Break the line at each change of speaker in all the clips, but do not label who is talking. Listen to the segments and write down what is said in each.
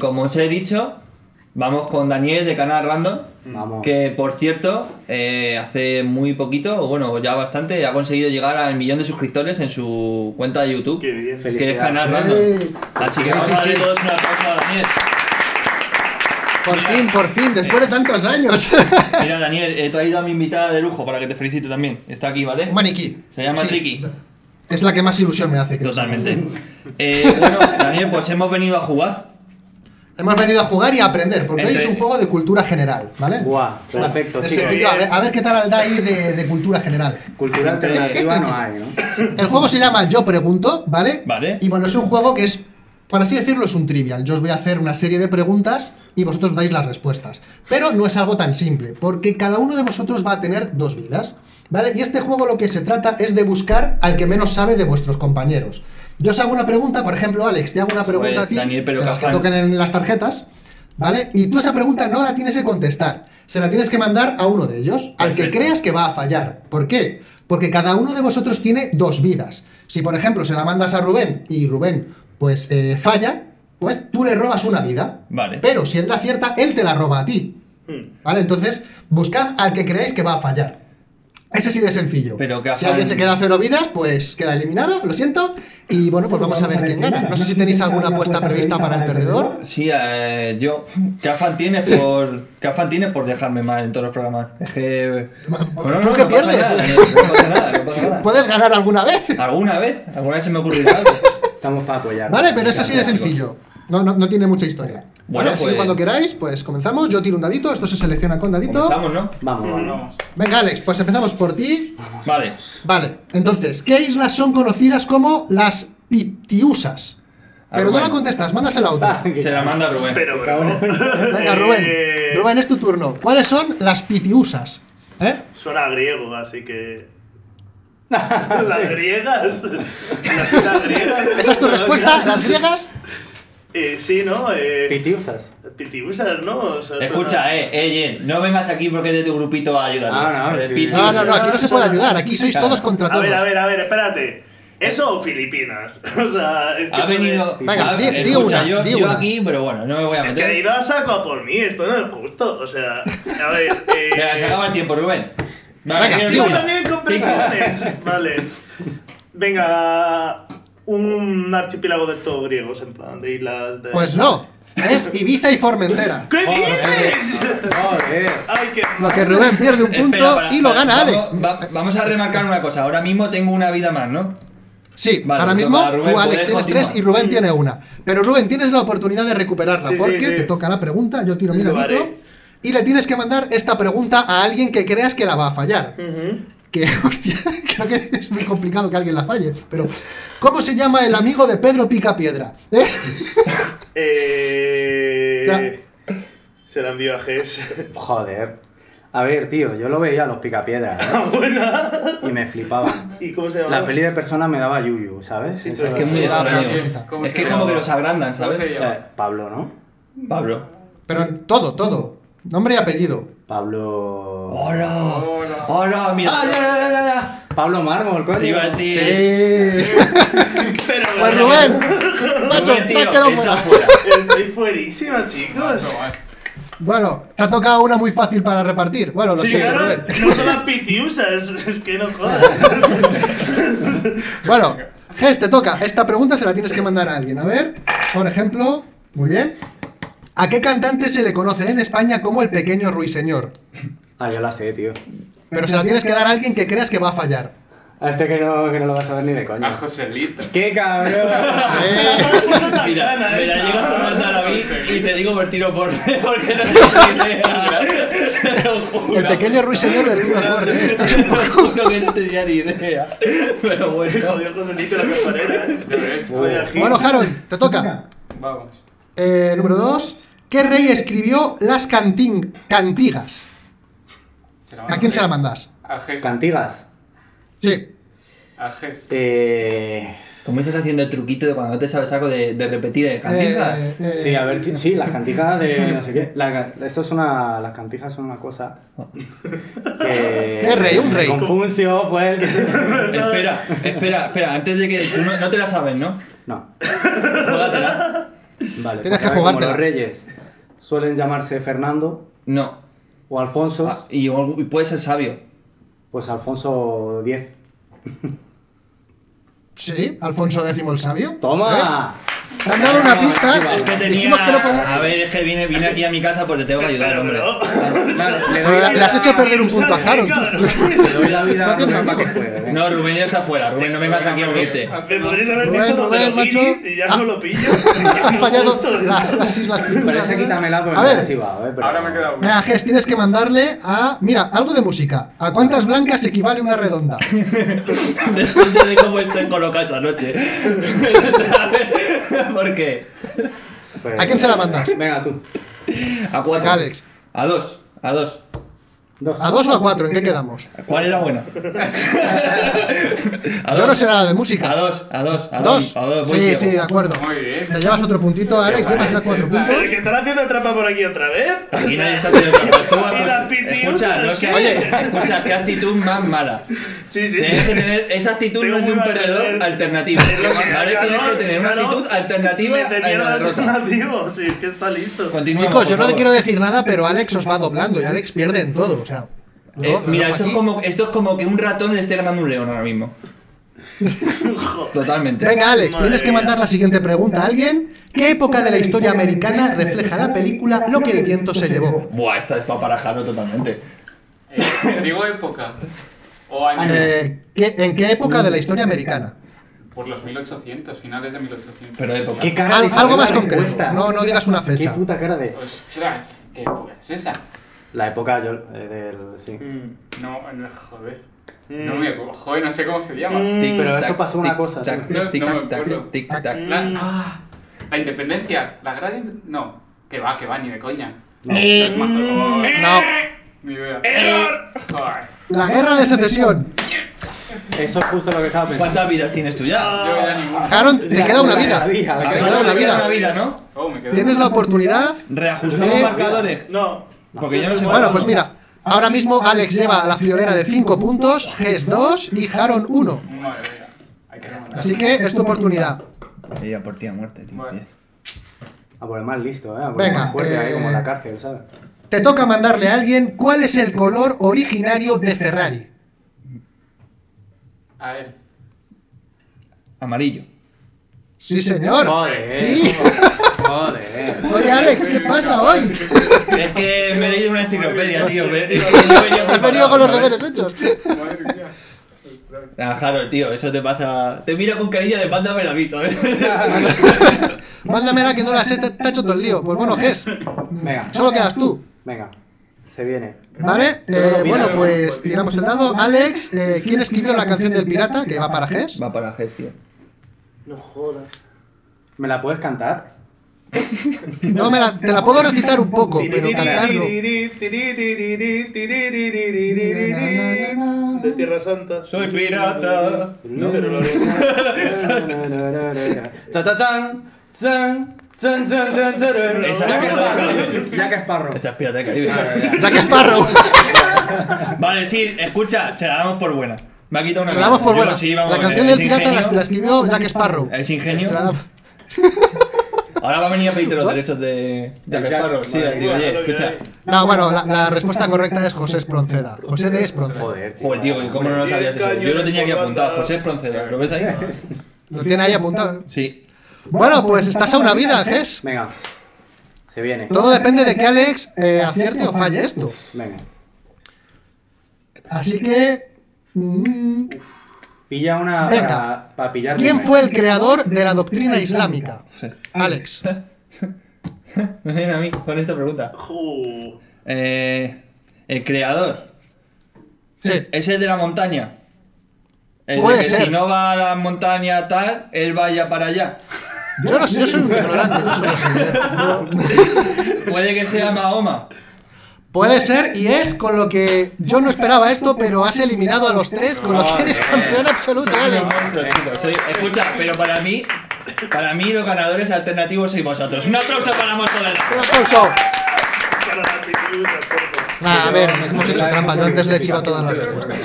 Como os he dicho, vamos con Daniel de Canal Random.
Vamos.
Que por cierto, eh, hace muy poquito, o bueno, ya bastante, ha conseguido llegar al millón de suscriptores en su cuenta de YouTube,
Qué bien.
que es
Felicidades.
Canal Random.
¡Eh!
Así que
Sí,
vamos
sí,
a darle
sí.
todos un aplauso a Daniel.
Por fin, por fin, después de tantos años.
Mira, Daniel, he traído a mi invitada de lujo para que te felicite también. Está aquí, ¿vale?
Un maniquí.
Se llama Tricky.
Es la que más ilusión me hace. que-
Totalmente. Eh, bueno, Daniel, pues hemos venido a jugar.
Hemos venido a jugar y a aprender, porque hoy
Entre-
es un juego de cultura general, ¿vale?
Guau, perfecto,
Es
chicos.
sencillo, a, ver, a ver qué tal andáis de, de cultura general.
Cultura alternativa no hay, ¿no?
El juego se llama Yo Pregunto, ¿vale?
Vale.
Y bueno, es un juego que es, por así decirlo, es un trivial. Yo os voy a hacer una serie de preguntas y vosotros dais las respuestas. Pero no es algo tan simple, porque cada uno de vosotros va a tener dos vidas, ¿vale? Y este juego lo que se trata es de buscar al que menos sabe de vuestros compañeros. Yo os hago una pregunta, por ejemplo, Alex, te hago una pregunta
Joder,
a ti,
Daniel, pero
de las que
Caján.
toquen en las tarjetas, ¿vale? Y tú esa pregunta no la tienes que contestar, se la tienes que mandar a uno de ellos, al que
Perfecto.
creas que va a fallar. ¿Por qué? Porque cada uno de vosotros tiene dos vidas. Si, por ejemplo, se la mandas a Rubén y Rubén, pues, eh, falla, pues tú le robas una vida.
Vale. Hmm.
Pero si él la acierta, él te la roba a ti. ¿Vale? Entonces, buscad al que creáis que va a fallar. Ese sí de sencillo.
Pero que
si alguien
afán.
se queda a cero vidas, pues queda eliminado, lo siento. Y bueno, pues vamos, a ver quién gana. No sé si tenéis alguna apuesta prevista para el perdedor.
Sí, eh, yo. ¿Qué afán tienes por. ¿Qué afán tienes por dejarme mal en todos los programas? Es que.
¿tú qué
pasa
pierdes?
nada, Daniel, no pasa nada, no pasa nada.
Puedes ganar alguna vez.
¿Alguna vez? ¿Alguna vez se me ha ocurrido algo?
Estamos para apoyar.
Vale, pero ese sí de sencillo. No, no, no tiene mucha historia.
Bueno,
Bueno, así que
pues-
cuando queráis, pues comenzamos. Yo tiro un dadito, esto se selecciona con dadito.
Comenzamos, ¿no?
Vamos, vamos.
Vamos.
Venga, Alex, pues empezamos por ti.
Vale.
Vale, entonces, ¿qué islas son conocidas como las Pitiusas? Pero no
Rubén. Eh.
la contestas, mándasela a
Ah,
otro.
qué
Se la manda Rubén.
Pero,
cabrón.
Venga,
eh,
Rubén. Rubén, es tu turno. ¿Cuáles son las Pitiusas? ¿Eh?
Suena a griego, así que.
Ah,
Las griegas. Las islas griegas.
¿Esa es tu respuesta? ¿Las griegas?
Eh, sí, ¿no? Eh,
Pitiusas.
Pitiusas, ¿no? O sea, suena-
Escucha, eh, eh, Jen, no vengas aquí porque es de tu grupito a ayudar.
Ah, no, sí.
No, no, no, aquí no se puede ayudar, aquí sois todos contra
A
todos.
ver, a ver, a ver, espérate. ¿Eso o Filipinas? O sea, es que.
Ha venido.
Venga,
ha-
di- di
escucha,
una,
yo,
di
yo
una.
aquí, pero bueno, no me voy a
Que ha
meter.
ido a saco a por mí, esto no es justo. O sea, a ver. Eh,
Venga, se acaba el tiempo, Rubén. Vale,
Venga,
quiero
di
Yo
una.
también con
Sí, sí.
presiones. Vale. Venga, un archipiélago de estos griegos, en plan, de islas de.
Pues no, es Ibiza y Formentera.
¿Qué dices?
eh.
Joder.
Ay, qué
Lo que Rubén pierde un punto
Espera, para-
y lo
para-
gana
vamos-
Alex.
va- vamos a remarcar una cosa. Ahora mismo tengo una vida más, ¿no?
Sí,
Vale,
ahora
pues
mismo
nada, Rubén,
tú, Alex,
podéis
tienes
continuar.
tres y Rubén tiene una. Pero Rubén, tienes la oportunidad de recuperarla
Sí, sí,
porque
sí.
te toca la pregunta, yo tiro mi
Lo
dadito.
haré.
Y le tienes que mandar esta pregunta a alguien que creas que la va a fallar. Que, hostia, creo que es muy complicado que alguien la falle. Pero, ¿cómo se llama el amigo de Pedro Picapiedra? ¿Eh?
Eh.
Ya.
Se la envío a Ges.
Joder. A ver, tío, yo lo veía a los picapiedras
Ah,
¿eh?
Buena.
y me flipaban.
¿Y cómo se llama?
La peli de personas me daba yuyu, ¿sabes?
Sí,
Eso-
pero
Es que es muy
Sí, la otra
extraño.
cosita.
¿Cómo
Es
se
que es
llama?
como que los agrandan,
¿Cómo
¿sabes?
se
O
llama?
sea, Pablo, ¿no?
Pablo.
Pero en todo, todo. Nombre y apellido.
Pablo.
¡Hola!
Hola.
¡Hola!
¡Ah, ya,
Mira.
ya, ya, ya! Pablo Mármol, coño.
Te iba a
Sí.
decir-
Pero,
Pues
bueno,
Rubén, macho,
Rubén,
te
tío,
has quedado
está
fuera.
fuera.
Estoy fuerísima, chicos.
Bueno, te ha tocado una muy fácil para repartir. Bueno, lo
Sí,
siento,
claro,
Rubén.
no son las pitiusas, es que no jodas.
Bueno, Ges, te toca. Esta pregunta se la tienes que mandar a alguien. A ver, por ejemplo, muy bien. ¿A qué cantante se le conoce en España como el pequeño ruiseñor?
Ah, yo la sé, tío.
Pero se la tienes que dar a alguien que creas que va a fallar.
A este que no, que no lo vas a ver ni de
A
coño.
Joselito.
¡Qué cabrón!
Eh,
Mira,
Mira, me la llegas a mandar a mí y te digo por tiro por porque no tengo ni idea. Te lo juro.
el pequeño ruiseñor del Tino Jorge. Esto es un
Te
poco-
lo juro que no tenía ni idea. Pero bueno.
Jodió con el nico la campanera.
Ya ves.
¿eh? Vaya hit.
Bueno, Harold, te toca.
Vamos.
Eh, número 2. ¿Qué rey escribió las cantin- cantigas?
Se la
¿A
mando.
quién se la mandas?
A Ges.
Cantigas.
Sí.
A Ges.
Eh.
¿Cómo estás haciendo el truquito de cuando no te sabes algo de, de repetir el cantiga?
Eh, eh,
Sí, a ver, sí, las cantijas de no sé qué. La- esto es una, las cantijas son una cosa. Que,
¿Qué rey? Un rey.
Confuncio fue el que.
Espera, espera, espera, antes de que. tú no, no te la sabes, ¿no?
No.
Júgatela.
Vale, pues
Tienes que
a ver, como
jugártela.
los reyes suelen llamarse Fernando
No.
o Alfonso,
Ah, y, y puede ser sabio.
pues Alfonso X.
Sí, Alfonso X el sabio.
¡Toma!
¿Eh? Te han dado una pista.
Es que
tenía-
Dijimos que no podía-
A ver, es Ah, que vine, vine aquí a mi casa pues le tengo que ayudar,
Pero,
hombre.
pero-
Vale, le doy
Pero
la,
le has hecho perder un punto a Harold.
Claro.
tú.
le doy la vida a
Está
Rubén
haciendo
para que
mal.
juegue, venga.
No, Rubén ya está fuera. Rubén, no me vengas aquí a unirte.
Me podrías haber
Rubén,
dicho lo de
Rubén,
los
macho.
iris y ya no lo pillo.
Has fallado
Justo.
la- las islas.
Pero ese quítamela porque
A
me ha
ver,
chivado, eh. Pero...
Ahora me he quedado.
mira, Ges, tienes que mandarle a. Mira, algo de música. ¿A cuántas blancas equivale una redonda?
Después de cómo estén colocados anoche. ¿Sabes? ¿Por qué?
Pues-
¿A quién se la mandas?
Venga, tú.
A cuatro.
Alex.
A dos. A dos.
Dos.
¿A dos o a cuatro? ¿En qué quedamos?
¿Cuál era buena? A
Yo
dos.
no sé nada de
A
música.
dos, a dos, a
¿Dos?
dos. A dos, voy
Sí,
ciego.
sí, de acuerdo.
Muy bien.
Te llevas otro puntito, Alex. Llevas ya cuatro puntos.
Pero que están haciendo trampa por aquí otra vez.
Aquí nadie está teniendo trampa. Tú,
Vida pitiusa,
Escucha, no sé.
Oye.
Escucha, qué actitud más mala.
Sí, sí.
Tienes que tener esa actitud
Tengo
no es de
muy
un
mal
perdedor
perder.
alternativa.
Es lo que-
Ahora tienes
claro,
que tener una
claro.
actitud alternativa
De
a
mierda
la derrota.
alternativo, sí, que está listo.
Continuamos,
Chicos,
por
yo no te
favor.
quiero decir nada, pero Alex os va doblando y Alex pierde en todo. O sea, yo
Eh,
lo
mira,
dejo
esto es,
aquí.
como, esto es como que un ratón le esté ganando un león ahora mismo. Totalmente.
Venga, Alex,
Madre
tienes que
mía.
mandar la siguiente pregunta a alguien. ¿Qué época de la historia americana refleja la película Lo que el viento se llevó?
Buah, esta es para Jaro totalmente.
Eh, digo época. O año.
Eh, ¿qué- ¿En qué época de la historia americana?
Por los 1800, finales de 1800.
Pero época.
¿Qué cara de
Al- algo
Isabel
más
la
concreto.
encuesta?
No, no digas una
¿Qué
fecha.
puta cara de.?
Ostras, ¿qué época es esa?
La época yo, eh, del. Sí.
No, no, joder. No me acuerdo. Joder, no sé cómo se llama.
Mm.
Tic,
pero eso
tac,
pasó una
tic,
cosa,
tac,
tío.
tic,
No, no
tac,
me
tac,
acuerdo.
tic, tac.
La,
Mm.
ah, la independencia, la gran Inde- No, que va, que va, ni de coña.
Eh, mm.
Es más- oh,
no.
ni idea. Joder.
La guerra de secesión.
Eso es justo lo que estaba pensando.
¿Cuántas vidas tienes tú ya?
Ah.
Yo ya ninguna.
Harold, te
La-
queda una
la-
vida.
la vida,
Te
la-
queda una
Te queda una
vida.
vida, ¿no?
Oh, me quedo.
Tienes la oportunidad.
Reajustamos
Eh,
marcadores.
No.
Porque yo no sé
Bueno,
cuándo.
pues mira. Ahora mismo Alex lleva a la friolera de 5 puntos, Ges 2 y Haron 1.
Madre mía. Hay que remontar.
Así que es tu oportunidad.
Ella por ti a muerte, tío.
Bueno.
A por el más listo, ¿eh? A por el
Venga,
más fuerte, ahí,
eh,
como en la cárcel, ¿sabes?
Te toca mandarle a alguien cuál es el color originario de Ferrari.
A ver.
Amarillo.
Sí, señor.
Joder, joder.
Oye, Alex, ¿qué pasa hoy?
Es que me he leído una enciclopedia, tío. me- Es que yo venía
Has venido con los
preparado,
deberes
¿sabes?
hechos.
Madre mía. Ostras.
Ah, Harold, tío, eso te pasa. Te mira con carilla de panda me la ¿eh? vi, ¿sabes?
Mándamela que no la sé, te te ha hecho todo el lío. Pues bueno, Ges,
Venga,
solo quedas tú.
venga. Se viene.
¿Vale?
Pero
Eh,
mira,
bueno,
mira,
pues
mira.
tiramos el dado. Alex, eh, ¿quién escribió la canción del pirata que va para Ges?
Va para Ges, tío.
No jodas.
¿Me la puedes cantar?
No, me la, te la puedo recitar un poco, pero cantarlo.
De Tierra Santa.
Soy pirata.
No, pero lo haré.
Cha, cha, chan, chan, chan, chan, chan, chan.
Esa es la que
Ya que es parro.
Esa es pirata de Caribe.
Jack Sparrow.
vale, sí, escucha, se la damos por buena. Me ha quitado una.
Se la damos por
Yo
buena.
sí, vamos, eh,
La canción
es
del pirata la,
ingenio,
la escribió Jack Sparrow.
Es ingenio.
Se la da-
Ahora va a venir a pedirte los derechos de. de
Jack,
Gasparro. Sí,
madre
digo,
mía,
oye,
lo que
escucha.
hay.
No, bueno, la, la respuesta correcta es José Espronceda. José de Espronceda.
Joder,
Joder, tío, ¿y cómo no lo
Diez
sabías eso? Yo
cañones
lo tenía aquí
por
apuntado.
banda.
José Pronceda, ¿lo ves ahí?
Lo tiene ahí apuntado.
Sí.
Bueno, pues estás a una vida, Ges.
Venga. Se viene.
Todo depende de que Alex eh, acierte o falle esto.
Venga.
Así que. mm,
Pilla una
Venga.
para, para pillar.
¿Quién
una.
fue el creador de la doctrina islámica? Alex.
Me viene a mí con esta pregunta.
Ju.
Eh, el creador.
Sí.
Ese de la montaña. El de
Puede
que
ser.
si no va a la montaña tal, él vaya para allá.
Yo, no- yo soy un ignorante. yo soy un ingeniero.
Puede que sea Mahoma.
Puede ser y es con lo que yo no esperaba esto, pero has eliminado a los tres, con lo que eres campeón absoluto, Alex.
Monstruo, chicos, soy- escucha, pero para mí, para mí los ganadores alternativos sois vosotros. Un aplauso para Mortadela.
Un aplauso.
Para las pitiusas, porfa.
Nah, a ver, hemos hecho trampa. Yo antes les iba todas las respuestas.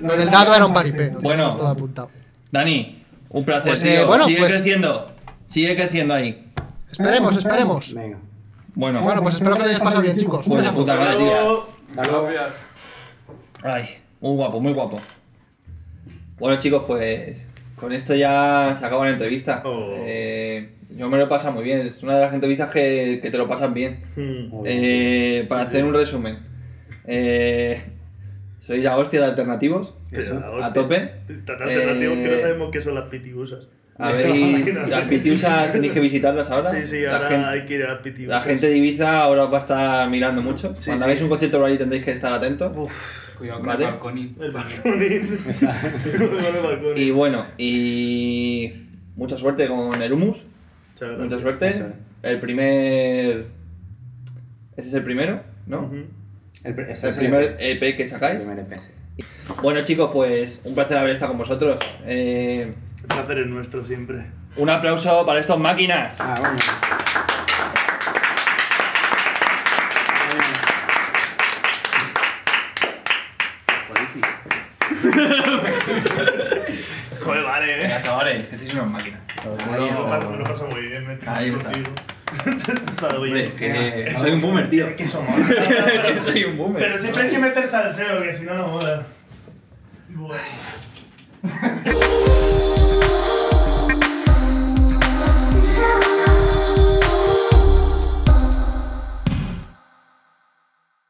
Lo del dado era un paripé. lo
Bueno.
teníamos todo apuntado.
Dani, un placer.
Pues, eh,
tío.
bueno,
sigue
pues-
creciendo. Sigue creciendo ahí.
Esperemos, esperemos.
Venga.
Bueno,
Bueno, pues espero que lo hayas pasado bien, chicos. Un
Pues de
besazo.
puta madre, tío.
Luego,
Hasta luego.
Ay, muy guapo, muy guapo. Bueno, chicos, pues con esto ya se acaba la entrevista.
Oh.
Eh, yo me lo he pasado muy bien. Es una de las entrevistas que, que te lo pasan bien.
mm,
Muy bien.
Eh, para hacer un resumen, eh, soy la hostia de alternativos.
pero la hostia.
A tope.
Tan alternativo que no
Eh,
sabemos qué son las pitibusas.
Habéis,
Eso.
las pitiusas tenéis que visitarlas ahora.
Sí, sí,
La
ahora
gen-
hay que ir a las pitibusas.
La gente de Ibiza ahora os va a estar mirando mucho.
Sí,
Cuando
sí.
hagáis un concierto por ahí tendréis que estar atentos.
Uf,
Cuidado con
Vale.
el balcón.
el balconín. el balconín.
Y bueno, y mucha suerte con el humus.
Muchas gracias.
Mucha
Eso
suerte.
es.
El primer... Ese es el primero, ¿no?
Ujú.
El, pr- ese
El
es
primer EP que
el
sacáis.
primer EP.
Bueno chicos, pues un placer haber estado con vosotros. Eh,
El placer es nuestro siempre.
un aplauso para estas máquinas.
Ah, bueno.
Joder, vale, eh.
chavales, que sois unas máquinas.
Ahí me lo paso muy bien, me
Ahí está.
Está bien.
que soy un boomer, tío.
Es que eso mola.
que soy un boomer.
Pero siempre hay que meter salseo, que si no, no mola. Bueno.
Yo